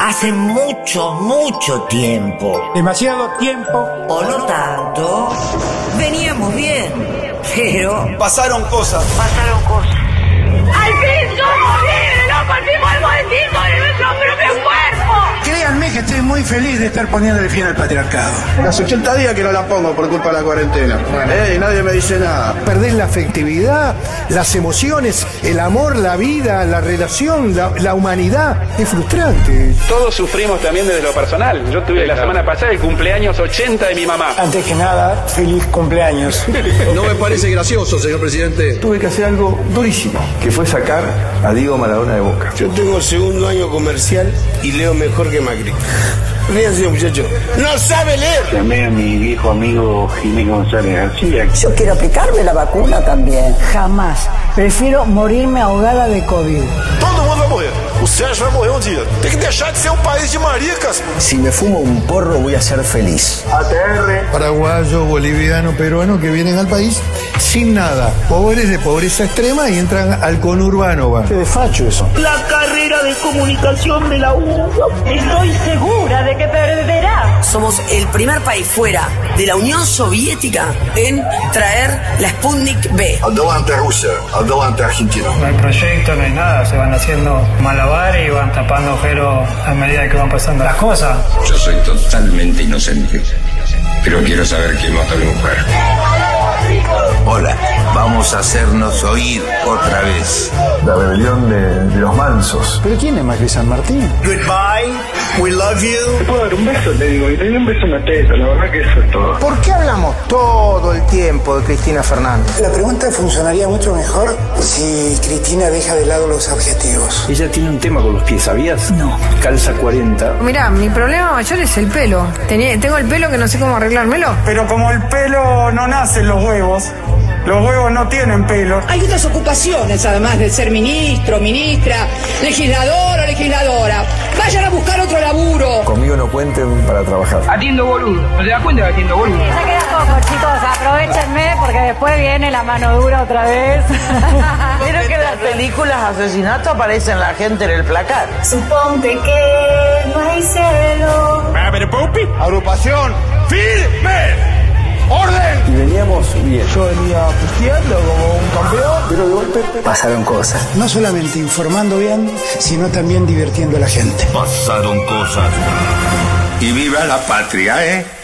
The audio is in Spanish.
hace mucho, mucho tiempo. Demasiado tiempo. Por lo tanto, veníamos bien, pero Pasaron cosas. pasaron cosas. ¡Al fin somos libres! ¡No partimos el maldito de nuestro propio cuerpo! Créanme que estoy muy feliz de estar poniendo el fin al patriarcado. Hace 80 días que no la pongo por culpa de la cuarentena. Eh, y nadie me dice nada. Perdés la afectividad, las emociones, el amor, la vida, la relación, la, la humanidad. Es frustrante. Todos sufrimos también desde lo personal. Yo tuve la semana pasada el cumpleaños 80 de mi mamá. Ah, Antes que nada, feliz cumpleaños. No me parece gracioso, señor presidente. Tuve que hacer algo durísimo, que fue sacar a Diego Maradona de Boca. Yo tengo segundo año comercial y leo mejor que Macri. Ríanse, muchachos. ¡No sabe leer! Llamé a mi viejo amigo Jiménez González García. Yo quiero aplicarme la vacuna también. Jamás. Prefiero morirme ahogada de COVID. Todo mundo va a morrer. O Sérgio vai morrer um dia. Tem que deixar de ser um país de maricas. Si me fumo un porro voy a ser feliz. Paraguayo, boliviano, peruano que vienen al país sin nada. Pobres de pobreza extrema y entran al conurbano. va. Qué desfacho eso. La carrera de comunicación de la U. Estoy segura de que perderá. Somos el primer país fuera de la Unión Soviética en traer la Sputnik B. Adelante Rusia, adelante Argentina. No hay proyecto, no hay nada. Se van haciendo malabares y van tapando agujeros a medida que van pasando las cosas. Yo soy totalmente inocente. Pero quiero saber quién mató a mi mujer. Hola, vamos a hacernos oír otra vez. La rebelión de, los mansos. ¿Pero quién es Macri San Martín? Goodbye, we love you. puedo dar un beso? Le digo, y le di un beso en la teta, la verdad que eso es todo. ¿Por qué hablamos todo el tiempo de Cristina Fernández? La pregunta funcionaría mucho mejor si Cristina deja de lado los objetivos. Ella tiene un tema con los pies, ¿sabías? No. Calza 40. Mirá, mi problema mayor es el pelo. Tenía- tengo el pelo que no sé cómo arreglármelo. Pero como el pelo no nace en los huevos, los huevos no tienen pelo. Hay otras ocupaciones, además de ser ministro, ministra, legislador o legisladora. Vayan a buscar otro laburo. Conmigo no cuenten para trabajar. Atiendo boludo. ¿No te das cuenta que atiendo boludo? Ya queda poco, chicos. Aprovechenme porque después viene la mano dura otra vez. Vieron que en las películas asesinato aparecen la gente en el placar. Suponte que no hay cielo. Agrupación, firme, orden. Y veníamos bien. Yo venía pusteando como un campeón, pero de golpe pasaron cosas. No solamente informando bien, sino también divirtiendo a la gente. Pasaron cosas. Y viva la patria, ¿eh?